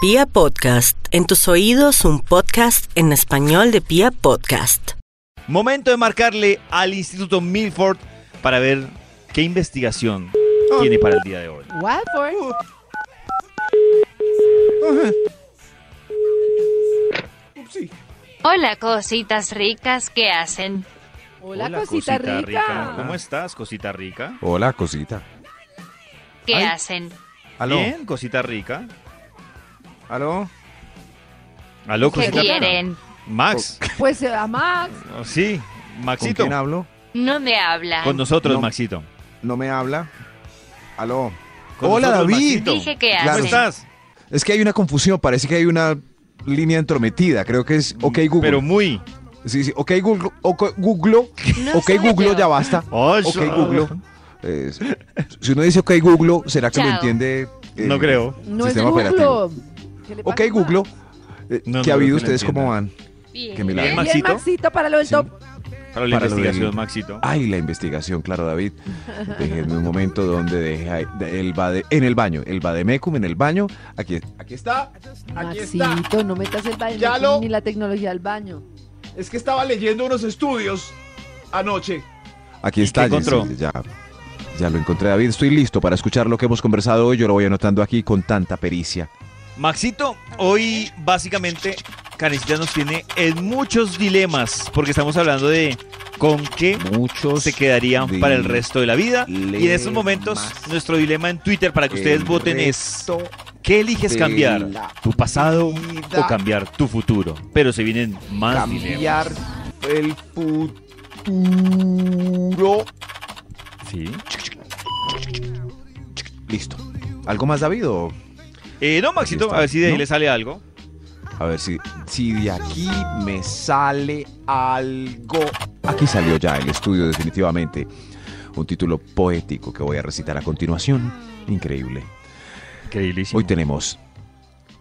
Pia Podcast, en tus oídos un podcast en español de Pia Podcast. Momento de marcarle al Instituto Milford para ver qué investigación Ah. tiene para el día de hoy. Watford. Hola cositas ricas que hacen. Hola, cosita, rica. ¿Cómo estás, cosita rica? Hola, cosita. ¿Qué Ay. hacen? Aló. Bien, cosita rica. Aló. Aló, pues ¿Qué cosita rica. quieren? Max. Pues eh, a Max. Oh, Sí, ¿Con Maxito. quién hablo? No me hablan. Con nosotros, No. Maxito. No me habla. Aló. Con Hola, nosotros, David. Maxito. Dije que Claro. ¿Cómo hacen. estás? Es que hay una confusión, parece que hay una línea entrometida. Creo que es OK Google. Mm, Pero muy. Sí, sí, OK Google, OK Google, No OK soy Google yo. ya basta. Ay, OK yo- Google. Es- si uno dice OK Google, ¿será que lo Chao. entiende? el No creo. No sistema es operativo? Google. ¿Qué le OK pasa? Google. eh, No, no ¿Qué creo ha que lo habido ustedes? entienda. ¿Cómo van? Bien. Que Bien, milagro. Maxito. Maxito. para lo del Sí. top. Para la Para lo investigación, del- Maxito. Ay, la investigación, claro, David. Déjenme un momento donde dejé ahí- de- el bade- en el baño, el Bademecum en el baño. Aquí, aquí está, aquí está. Maxito, no metas el baño Ya lo- ni la tecnología al baño. Es que estaba leyendo unos estudios anoche. Aquí ¿Y está. qué encontró? Jessy, ya, ya lo encontré, David. Estoy listo para escuchar lo que hemos conversado hoy. Yo lo voy anotando aquí con tanta pericia. Maxito, hoy básicamente Karencita nos tiene en muchos dilemas porque estamos hablando de con qué Muchos. se quedarían para el dilemas. resto de la vida. Y en estos momentos, nuestro dilema en Twitter para que ustedes El voten es resto ¿qué eliges de cambiar? la ¿Tu pasado vida. o cambiar tu futuro? Pero se vienen más dilemas. Cambiar el futuro. Sí. Listo. ¿Algo más, David? o- Eh, no, Maxito, está, a ver si de ahí ¿no? le sale algo. A ver si, si de aquí me sale algo. Aquí salió ya el estudio definitivamente. Un título poético que voy a recitar a continuación. Increíble. Qué Hoy tenemos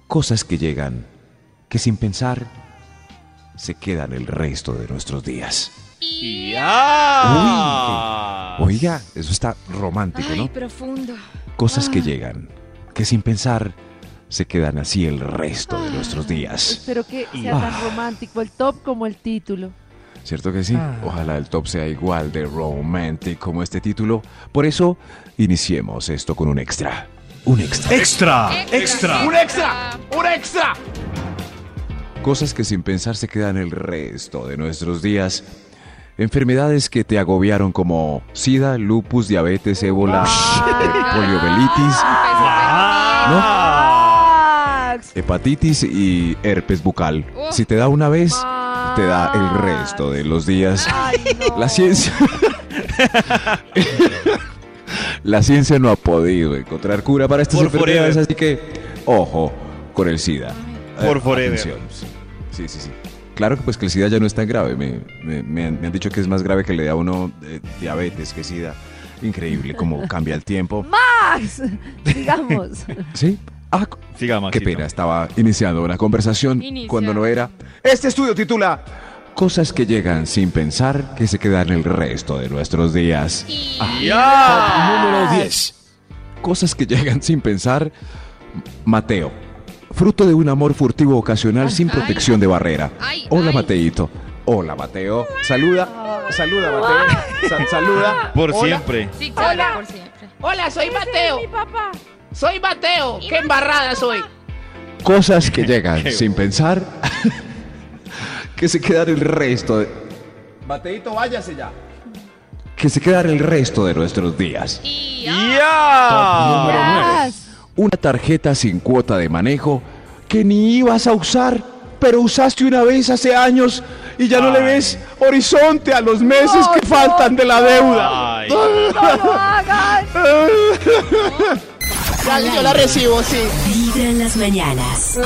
cosas que llegan, que sin pensar se quedan el resto de nuestros días. ¡Ya! Oiga, eso está romántico, ¿no? profundo. Cosas que Ah. llegan, que sin pensar se quedan así el resto de nuestros días. Espero que sea Ah. tan romántico el top como el título. ¿Cierto que sí? Ojalá el top sea igual de romantic como este título. Por eso, iniciemos esto con un extra. Un extra. ¡Un extra! ¡Un extra! Cosas que sin pensar se quedan el resto de nuestros días. Enfermedades que te agobiaron como sida, lupus, diabetes, ébola, eh, Ah, poliomielitis, Ah. Ah. Max. hepatitis y herpes bucal. Si te da una vez, te da el resto de los días. Ay, no. La ciencia. la ciencia no ha podido encontrar cura para estas Por enfermedades, forever. así que ojo con el SIDA. Por forever. sí. Sí, sí, sí. Claro que pues que el SIDA ya no es tan grave. Me, me- me han, me han dicho que es más grave que le da a uno eh, diabetes que SIDA. Increíble cómo cambia el tiempo. Max. Digamos. Sí. Ah, Siga, Maxito. Qué pena, estaba iniciando una conversación Iniciando. cuando no era. Este estudio titula Cosas que llegan sin pensar que se quedan el resto de nuestros días. Número 10. Cosas que llegan sin pensar. Mateo. Fruto de un amor furtivo ocasional sin protección de barrera. Ay, Hola, ay. Mateito. Hola, Mateo. Saluda. Saluda, Mateo. Sa- saluda. Por Hola. siempre. Sí, Hola. claro, por siempre. Hola, soy Mateo. Mi papá. Soy Mateo. ¡Qué embarrada soy! Cosas que llegan Qué sin pensar que se quedan el resto de, Mateito, váyase ya. que se quedan el resto de nuestros días. ¡Ya! Max. Una tarjeta sin cuota de manejo que ni ibas a usar, pero usaste una vez hace años y ya no le Ay. ves horizonte a los meses que faltan de la deuda. Ay. No lo hagas. yo la recibo, sí. Vibra en las mañanas.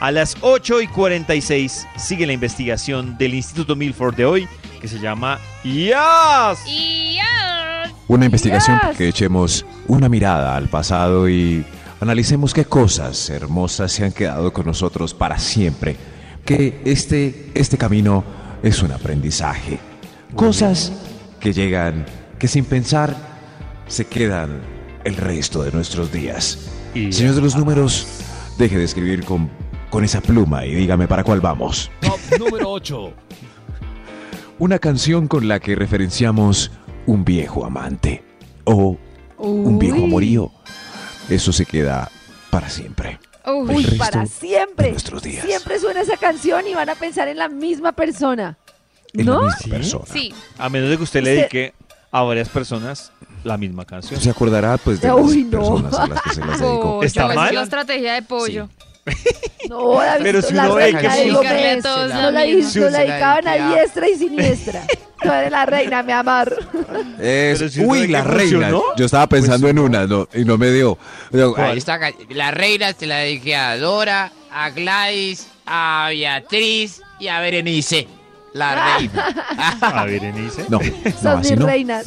A las 8 y 46 sigue la investigación del Instituto Milford de hoy que se llama ¡Yas! Y ya. Una investigación Yes. para que echemos una mirada al pasado y analicemos qué cosas hermosas se han quedado con nosotros para siempre. Que este, este camino es un aprendizaje. Cosas que llegan, que sin pensar se quedan el resto de nuestros días. Y- Señor de los números, Deje de escribir con, con esa pluma y dígame para cuál vamos. Top número 8. Una canción con la que referenciamos un viejo amante o un viejo Uy. amorío. Eso se queda para siempre. Uy. Uy, El para resto de siempre. nuestros días. Siempre suena esa canción y van a pensar en la misma persona. En ¿No? la misma persona. Sí. A menos de que usted le Usted- dedique a varias personas la misma canción. Se acordará pues de Uy, las no. personas a las que se las dedicó. ¿Está Pollo, mal? Es la estrategia de pollo. No, David, Pero si la uno ve reina que de sí. Gómez. Dedicarle a todos No la la, hizo, misma. la Sí, se la dedicaban a dediqué a- diestra y siniestra. Tú eres la reina, mi amor. Es- Pero si uno uy, ve la que reina. funcionó, Yo estaba pensando en una no, y no me dio. Yo, ¿Cuál? ay, Esta ca- la reina se la dediqué a Dora, a Gladys, a Beatriz y a Berenice. La reina. A Berenice. no, no, Son así mis no. reinas.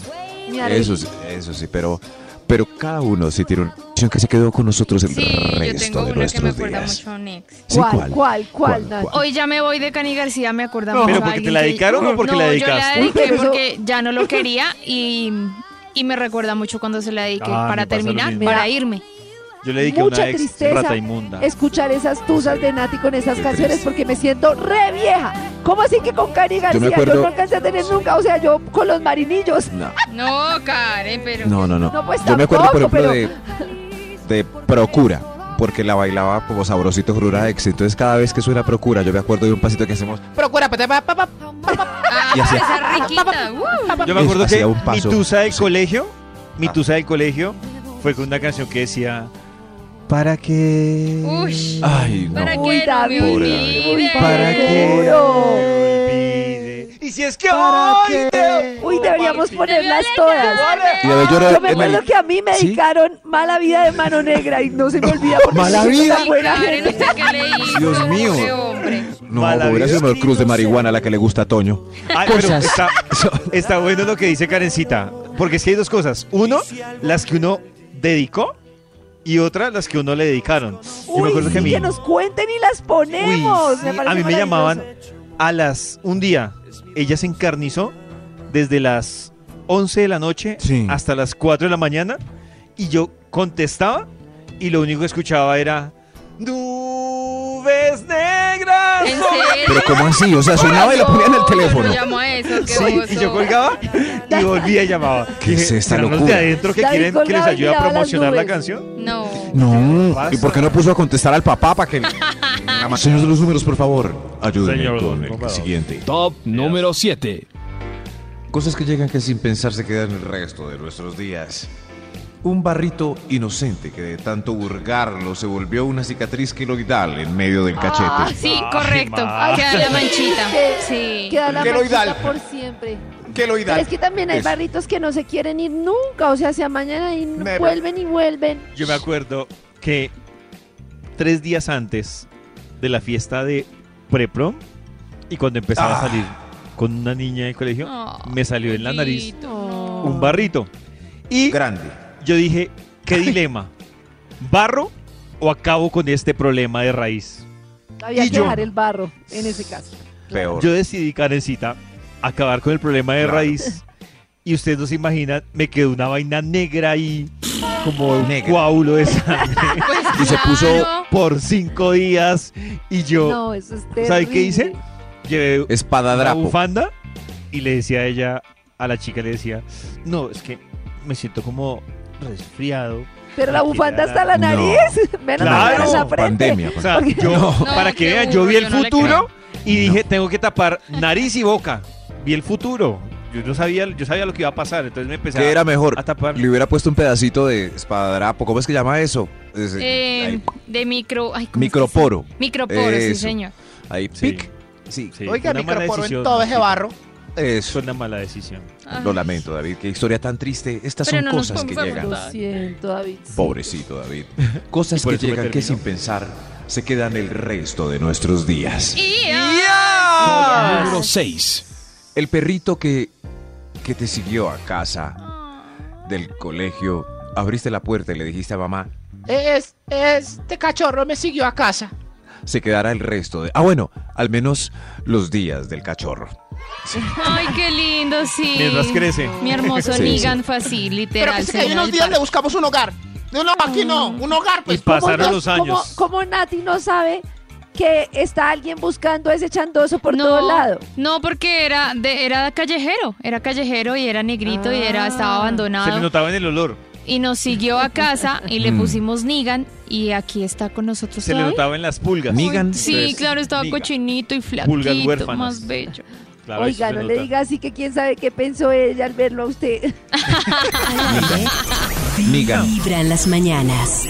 Mi arena. Eso sí, eso sí, pero, pero cada uno sí tiene una canción que se quedó con nosotros el Sí, yo resto tengo una de que me nuestros acuerda días. mucho, Nex. Sí, ¿Cuál, ¿cuál? cuál, cuál, Nat? Hoy ya me voy de Cani García, me acuerda No, mucho. ¿pero a porque te alguien la que- dedicaron o porque no, la Yo la dedicaste? dediqué Uy, pero porque ya no lo quería y, y me recuerda mucho cuando se la dediqué Ah, para me pasa lo terminar, mismo. para irme. Yo le dediqué Mucha una ex tristeza. rata inmunda. Escuchar esas tusas de Nati con esas Qué canciones triste. porque me siento re vieja. ¿Cómo así que con Cari García yo, acuerdo- no alcancé a tener nunca? O sea, yo con los marinillos. No, No, Karen, pero. no, no. no. No, pues yo me acuerdo, por tampoco, ejemplo, de, de Procura, porque la bailaba como sabrosito Jurura Ex. Entonces, cada vez que suena Procura, yo me acuerdo de un pasito que hacemos. Procura, pa, pa, pa, pa. Ah, Y hacía- esa riquita. uh. Yo me acuerdo que Hacía un paso, mi tusa del sí. colegio, mi Ah. tusa del colegio fue con una canción que decía ¿Para qué? Ush. Ay, no. ¿Para qué Uy, no David. me Pobre olvides? David. ¿Para qué? Eh. olvide? Y si es que hoy te- Uy, deberíamos ponerlas Debería todas. Y de- yo era- Yo me Emily, acuerdo que a mí me ¿Sí? dedicaron Mala Vida de Mano Negra y no se me olvida porque ¿Mala soy una vida? buena Karen, gente. ¿usted qué le hizo? Dios mío. Ese hombre. No, Mala hubiera vida. sido mejor cruz de marihuana la que le gusta a Toño. Ay, Ah, pero está, está bueno lo que dice Karencita, porque es que hay dos cosas. Uno, las que uno dedicó y otra, las que uno le dedicaron. Yo me Uy, acuerdo sí, que a mí, que nos cuenten y las Uy, ponemos. sí, a me parece mí me maravilloso. llamaban a las... Un día, ella se encarnizó desde las 11 de la noche Sí. hasta las 4 de la mañana y yo contestaba y lo único que escuchaba era... Nubes negras. ¿En sobre serio? Pero ¿cómo así? O sea, sonaba y la ponían en el No, teléfono. no llamo a eso, qué Sí, y oso. yo colgaba y volvía y llamaba. ¿Qué es esta ¿serán los locura? de adentro que David quieren que les colgaba y ayude a miraba las promocionar la nubes. canción? No. No, pasa? ¿y por qué no puso a contestar al papá para que... Nada más, Señor de los números, por favor, ayúdenme Señor de los con el números. siguiente. Top número 7. Cosas que llegan que sin pensar se quedan el resto de nuestros días. Un barrito inocente que de tanto hurgarlo se volvió una cicatriz quiloidal en medio del Ah, cachete. Sí, Ay, correcto. ma. Queda la manchita. Que- Sí. Queda la Queloidal. manchita por siempre. Pero Queloidal. es que también hay Es- barritos que no se quieren ir nunca, o sea, se amañan y no Never. vuelven y vuelven. Yo me acuerdo que tres días antes de la fiesta de preprom y cuando empezaba Ah. a salir con una niña del colegio, Ah, me salió en la nariz pollito, no. un barrito. Y Grande. yo dije, ¿qué dilema? ¿Barro o acabo con este problema de raíz? Había Y que yo. dejar el barro en ese caso. Peor. Yo decidí, Karencita, acabar con el problema de Claro. raíz. Y ustedes no se imaginan, me quedó una vaina negra ahí, como un Negra. coágulo de sangre, Pues Y se Ah, puso- claro. por cinco días. Y yo No, eso es terrible. ¿Sabe qué hice? llevé una Espadadrapo. bufanda y le decía a ella, a la chica le decía, no, es que me siento como resfriado. Pero la Ay, qué bufanda hasta la nada. nariz. Menos mal que era en la Claro. frente. Pandemia. O sea, Porque- yo, No. para No, que qué vean, yo vi burro, el yo no le futuro y No. dije, tengo que tapar nariz y boca. Vi el futuro. Yo no sabía, yo sabía lo que iba a pasar, entonces me empecé ¿Qué a- era mejor? a tapar. Le hubiera puesto un pedacito de espadadrapo. ¿Cómo es que llama eso? Es- Eh, ahí, de micro. Ay, ¿cómo es que se- microporo. Microporo, sí, Eso. señor. Ahí, Sí. pic. Sí. Sí, Oiga, fue mi una mala carporo en decisión, todo ese sí. barro. Fue Eso. una mala decisión. Ay. Lo lamento, David. Qué historia tan triste. Estas Pero son no nos cosas que podemos llegan. Lo Ay. siento, David. sí. Pobrecito David. Y Cosas por que eso me llegan que terminó. sin pensar se quedan el resto de nuestros días. Y- Número 6. El perrito que, que te siguió a casa del colegio, abriste la puerta y le dijiste a mamá, Es, este cachorro me siguió a casa. se quedará el resto de... Ah, bueno, al menos los días del cachorro. Ay, qué lindo, sí. Mientras crece. Mi hermoso Sí, Nigan fue así, Pero literal. que se se quedó vino unos del días, le parque. buscamos un hogar. No, no, aquí no. Un Y hogar, pues. pasaron ¿Cómo los no- años. ¿Cómo, cómo Nati no sabe que está alguien buscando a ese chandoso por todo lado? no, porque era, de, era callejero, era callejero y era negrito y era, estaba Ah. Se le abandonado. notaba en el olor. Y nos siguió a casa y le Mm. pusimos Nigan y aquí está con nosotros Se le todavía. notaba en las pulgas. Nigan. Sí, Entonces, claro, estaba niga. cochinito y Pulgas flaquito, huérfanas. más bello. Claro, ahí Oiga, se no le nota. diga así que quién sabe qué pensó ella al verlo a usted. Nigan. Vibra en las mañanas.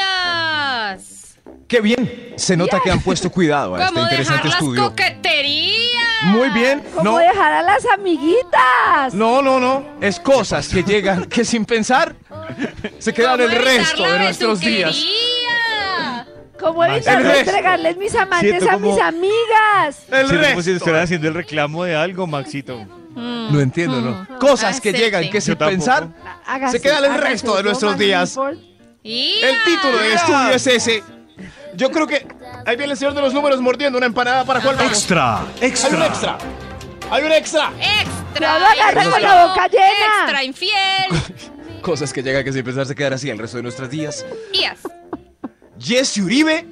¡Ias! Qué bien. Se nota que han puesto cuidado a este ¿Cómo dejar interesante las estudio. coqueterías? Muy bien. ¿Cómo No, dejar a las amiguitas? no, no, no. Es cosas que llegan que sin pensar se quedan ¿Cómo el evitar resto la de nuestros días. besuquería? ¿Cómo evitar El no resto. Eh, entregarles mis amantes Siento a como- mis amigas? El Siento como si resto. estuvieran haciendo el reclamo de algo, Maxito. Mm. No entiendo, Mm. ¿no? Cosas que Acepte. llegan que sin tampoco. pensar Hágase, Se quedan el hágase, resto de no, nuestros Maxi, días. por- ¡Ias! El título del estudio es ese. Yo creo que ahí viene el señor de los números mordiendo una empanada para Juan Vamos. Extra, Hay un extra. extra. Hay un extra. ¡Extra! No lo agarre infiel, con la boca llena. ¡Extra infiel! Cosas que llegan que sin pensar se quedan así el resto de nuestros días. ¡Ias! Jesse Uribe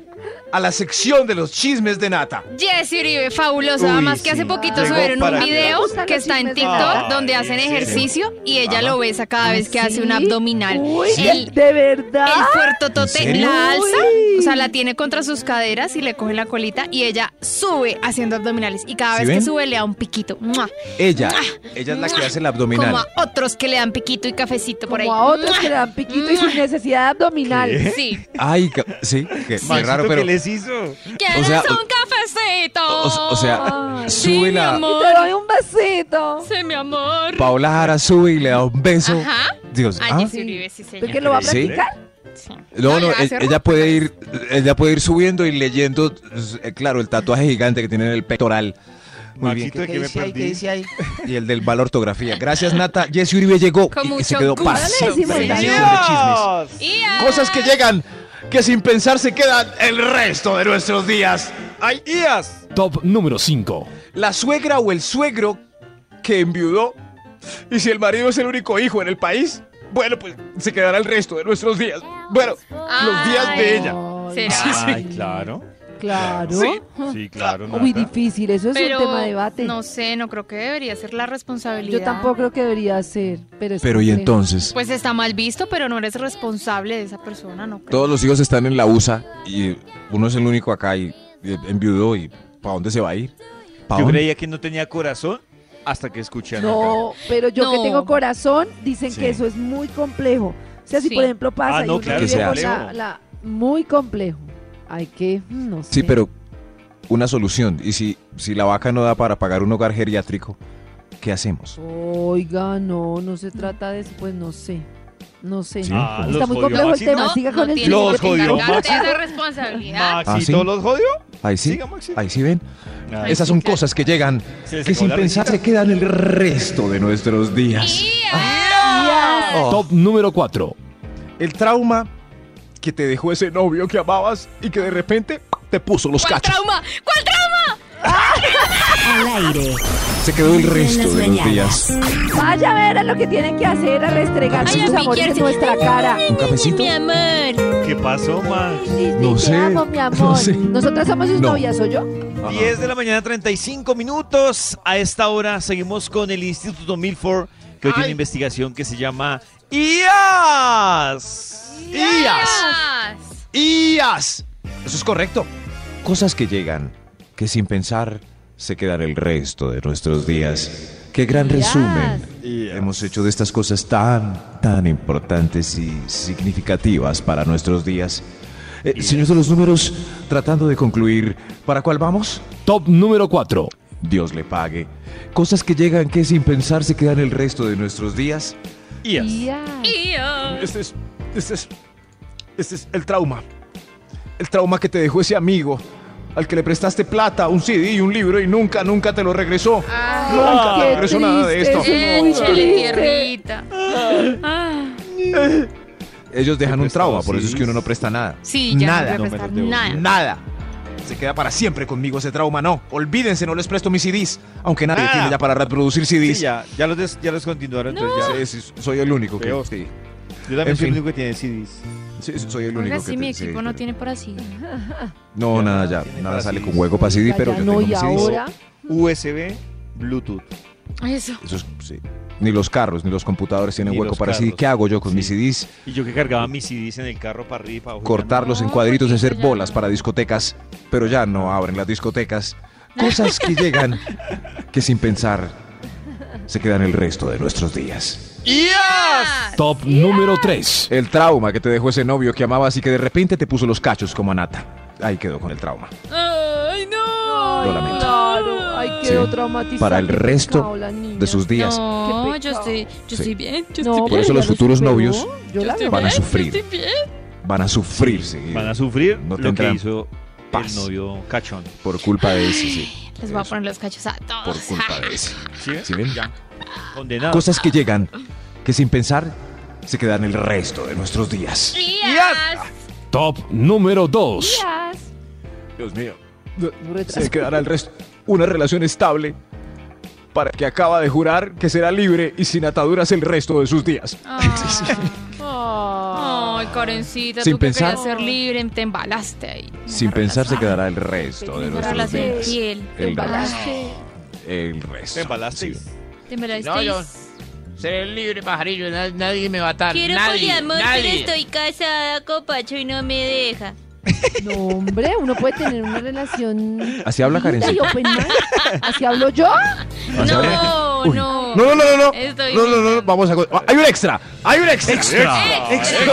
a la sección de los chismes de Nata. Jessy Uribe, fabulosa. Uy, Además que sí. hace poquito Llegó subieron para un quedarse. video Me gustan que los está en chismes de TikTok Nata. donde Ay, hacen sí, sí. ejercicio y ella Ajá. lo besa cada vez que ¿Ah, hace un sí? abdominal. Uy, El, ¿de verdad? el puerto tote serio? la alza, Uy. o sea, la tiene contra sus caderas y le coge la colita y ella sube haciendo abdominales. Y cada ¿Sí vez que ven? sube le da un piquito. ¡Mua! Ella, ella es la que hace el abdominal. Ah. Como a otros que le dan piquito y cafecito por ahí. Como a otros ¡Mua! que le dan piquito y sin necesidad abdominal. ¿Qué? Sí. Ay, ca- sí, que Maxito, qué raro, ¿qué pero les hizo? ¿Quieres sea, un cafecito? o, o sea, Ay, sí, sube mi la Y te doy amor. un besito. Sí, mi amor. Paola Jara sube y le da un beso. Ajá. Dios, A ah, Jessy Uribe, sí, ¿De señor. qué lo va a Sí. platicar? no, No, no, le va a e- hacer ella ropa, puede ir, ella puede ir subiendo y leyendo, eh, claro, el tatuaje gigante que tiene en el pectoral. Muy bien. Maxito, que me perdí. ahí? Y el del valor ortografía. Gracias, Nata. Jesse Uribe llegó Con y mucho se quedó gusto. para Dale, siempre en la Simón. sección de chismes. ¡Ia! Cosas que llegan, que sin pensar se quedan el resto de nuestros días. ¡Ay, Ias! Top número 5. La suegra o el suegro que enviudó. Y si el marido es el único hijo en el país, bueno, pues se quedará el resto de nuestros días. Bueno, los días de Ay. ella. Será. Sí, sí. Ay, claro. Claro. Sí. Sí, claro. Muy Nata. difícil, eso es Pero un tema de debate. no sé, no creo que debería ser la responsabilidad. Yo tampoco creo que debería ser. Pero, es Pero y complejo. entonces, Pues está mal visto, pero no eres responsable de esa persona, no creo. todos los hijos están en la USA y uno es el único acá y, y enviudó y ¿para dónde se va a ir? ¿Pa' Yo dónde? creía que no tenía corazón hasta que escuché a Nata. No, pero yo que No. tengo corazón, dicen Sí. que eso es muy complejo. O sea, si Sí. por ejemplo pasa Ah, y no, uno claro, que vive sea con la, complejo. la- Muy complejo. Hay que... mm, No sé. Sí, pero una solución. Y si, si la vaca no da para pagar un hogar geriátrico, ¿qué hacemos? Oiga, no, no se trata de eso. Pues no sé. No sé. Sí. Ah, Está los muy jodió complejo el Maxito. tema. Siga con el tienes Los que jodió, encargarte de Maxi. esa responsabilidad. Ah, ¿sí? ¿Maxito los jodió? Ahí sí. Siga, Maxito. Ahí sí ven. Ay, Esas son cosas que llegan, se les que acabó sin la pensar risita. se quedan el resto de nuestros días. Ah, ¡Ia! Oh, Top número 4. el trauma que te dejó ese novio que amabas y que de repente te puso los ¿Cuál cachos. trauma? ¿Cuál trauma? Al aire. Se quedó el Vibra en resto las de los mañanas. días. Vaya a ver a lo que tienen que hacer a restregar Ay, sus a amores en piquearse. nuestra cara. ¿Un cafecito? Mi amor. ¿Qué pasó, Max? No Te sé, amo, mi amor. no sé. Nosotras somos sus No. novias, ¿o yo? 10 de la mañana, 35 minutos. A esta hora seguimos con el Instituto Milford, que hoy tiene una investigación que se llama IAS. ¡Días! ¡Días! Eso es correcto. Cosas que llegan, que sin pensar se quedan el resto de nuestros días. Qué gran resumen hemos hecho de estas cosas tan, tan importantes y significativas para nuestros días. Eh, señor de los números, tratando de concluir, ¿para cuál vamos? Top número 4. Dios le pague. Cosas que llegan que sin pensar se quedan el resto de nuestros días. IAS. Ya. Ia. Este es, este es, este es el trauma. El trauma que te dejó ese amigo al que le prestaste plata, un CD y un libro y nunca, nunca te lo regresó. Ay, qué no regreso nada de triste, esto. eso Eh. es muy Échale triste. tierrita. Ah. Ellos dejan un trauma, por CDs. eso es que uno no presta nada. Sí, ya Nada. no voy a prestar No me los nada. Nada. Se queda para siempre conmigo ese trauma, no. Olvídense, no les presto mis CDs. Aunque nadie Nada. tiene ya para reproducir Sí, CDs. ya, ya los, des- ya los continuaron. entonces ya. Sí, sí, soy el único que... Peor. sí. Yo también En soy el fin. único que tiene CDs. Sí, soy el único Oiga, que si mi sí, equipo no creo. tiene para sí. No, Ya nada, no ya. tiene Nada para sale CDs. con hueco para CD, Oiga, pero yo ya no, tengo y mis CDs. ahora USB, Bluetooth. Eso. Eso es- sí. Ni los carros, ni los computadores tienen Ni hueco los para CD. carros. ¿Qué hago yo con Sí. mis CDs? Y yo que cargaba mis CDs en el carro para arriba y para abajo. Cortarlos en No, cuadritos y hacer porque ya bolas no. para discotecas, pero ya no abren las discotecas. Cosas que llegan que sin pensar se quedan el resto de nuestros días. Top número 3. El trauma que te dejó ese novio que amabas y que de repente te puso los cachos como a Nata. Ahí quedó con el trauma. ¡Ay, no! Lo lamento. Claro, ay, Sí. quedó traumatizada. Para el Qué resto pecado la niña. De sus días. No, Qué yo pecado. estoy, yo Sí. estoy bien. Yo No, estoy bien. por eso pero los ya lo futuros superó. novios Yo la veo. van a Yo sufrir. estoy bien. Van a sufrir, sí, Van a sufrir No lo que tendrán hizo paz. el novio cachón. Por culpa de ese, sí. Les voy a Eso, poner los cachos a todos. Por culpa de ese. ¿Sí ven? ¿Sí ven? Ya. Condenado. Cosas que llegan, que sin pensar se quedan el resto de nuestros días. Top número 2. Días. Dios mío. Retraso. Se quedará el resto. Una relación estable para que acaba de jurar que será libre y sin ataduras el resto de sus días. Ay, Karencita, Sin tú que pensar. querías ser libre, te embalaste ahí. Sin Una pensar se relación- quedará el resto de Una nuestros relación días. fiel. El resto. Embalaste. El resto. Te embalaste. Sí. Te embalaste. No, yo- Seré libre, pajarillo. na- Nadie me va a atar. Quiero nadie, poliamor, pero nadie. estoy casada con Pacho y no me deja. No, hombre, uno puede tener una relación. Así habla linda y Karencita. open mind. Así hablo yo. Así habla- No, Uy. no. No, no, no, no, no. Estoy No, no, no, no. Vamos a. ah, Hay un extra. Hay un extra. Extra.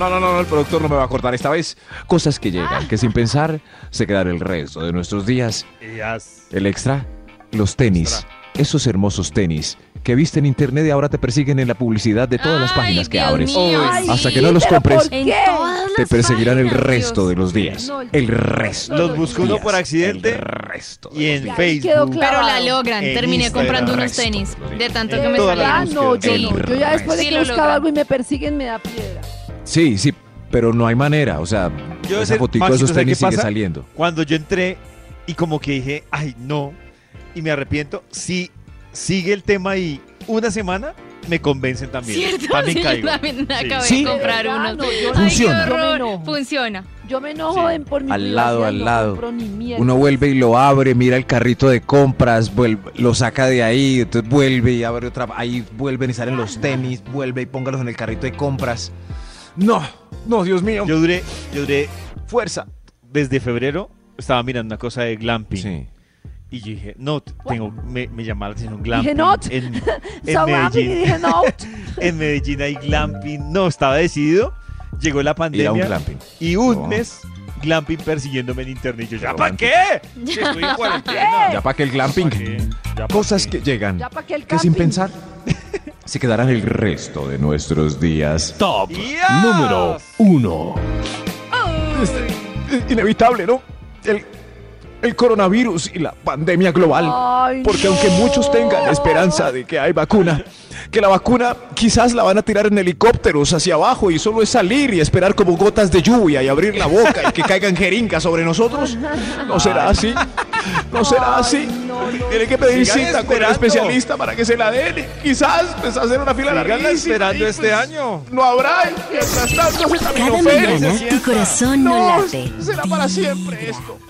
No, no, no, no, el productor no me va a cortar esta vez. Cosas que llegan, que sin pensar se quedan el resto de nuestros días. Yes. El extra, los tenis. Esos hermosos tenis que viste en internet y ahora te persiguen en la publicidad de todas las Ay, páginas que Dios abres. mío, Ay, Hasta sí, que no los pero compres, ¿por En qué? todas te las perseguirán el páginas, resto Dios. de los días. No, el- El resto. Los buscó uno días, por accidente El resto. de y los en días. Ahí quedó Facebook. Pero clavado. la logran. En Terminé Instagram, comprando unos resto. tenis. De tanto que Eh, me Todas salieron. las ya no, yo El no. Yo ya después de Sí, que lo buscaba lograron. algo y me persiguen, me da piedra. Sí, sí, pero no hay manera. O sea, Yo esa sé- fotico de Maxito, esos ¿sabe tenis qué sigue pasa? saliendo. Cuando yo entré y como que dije, ay, no, y me arrepiento, si sigue el tema ahí una semana, me convencen también. ¿Cierto? También Sí, caigo. yo también acabé Sí. de comprar De verdad, unos. no, yo- Ay, qué Funciona. horror. Yo me enojo. Funciona. Yo me enojo Sí. en- por mi Al lado, privacidad, al no lado. compro ni mierda. Uno vuelve y lo abre, mira el carrito de compras, vuelve- lo saca de ahí, entonces vuelve y abre otra, ahí vuelven y salen los tenis, vuelve y póngalos en el carrito de compras. No, no, Dios mío. Yo duré, yo duré, fuerza. desde febrero estaba mirando una cosa de glamping. Sí. Y yo dije, no, t- tengo, me, me llamaba la atención glamping. Dije, no. En, en Estaba rápido y Medellín. dije, no. En Medellín hay glamping. No, estaba decidido. Llegó la Ir a un pandemia glamping. y un No. mes glamping persiguiéndome en internet. Y yo, ¿ya Pero para bueno. qué? Si estoy en cuarentena. Ya para que el glamping. ¿Pa' qué? ¿Ya pa' Cosas qué? que llegan, Ya para que el que sin camping. pensar se quedarán el resto de nuestros días. Top Yes. número 1. Es inevitable, ¿no? El, el coronavirus y la pandemia global. Ay, Porque no. aunque muchos tengan esperanza de que hay vacuna, que la vacuna quizás la van a tirar en helicópteros hacia abajo y solo es salir y esperar como gotas de lluvia y abrir la boca y que caigan jeringas sobre nosotros, no será así. No será Ay, así. no, no. Tiene que pedir Sigan cita con el esperando. especialista para que se la den. y Quizás pues, hacer una fila Sigan larguísima. esperando y, pues, este año. No habrá. y mientras tanto, Cada acetaminofén. mañana tu corazón no No, late. será para siempre esto.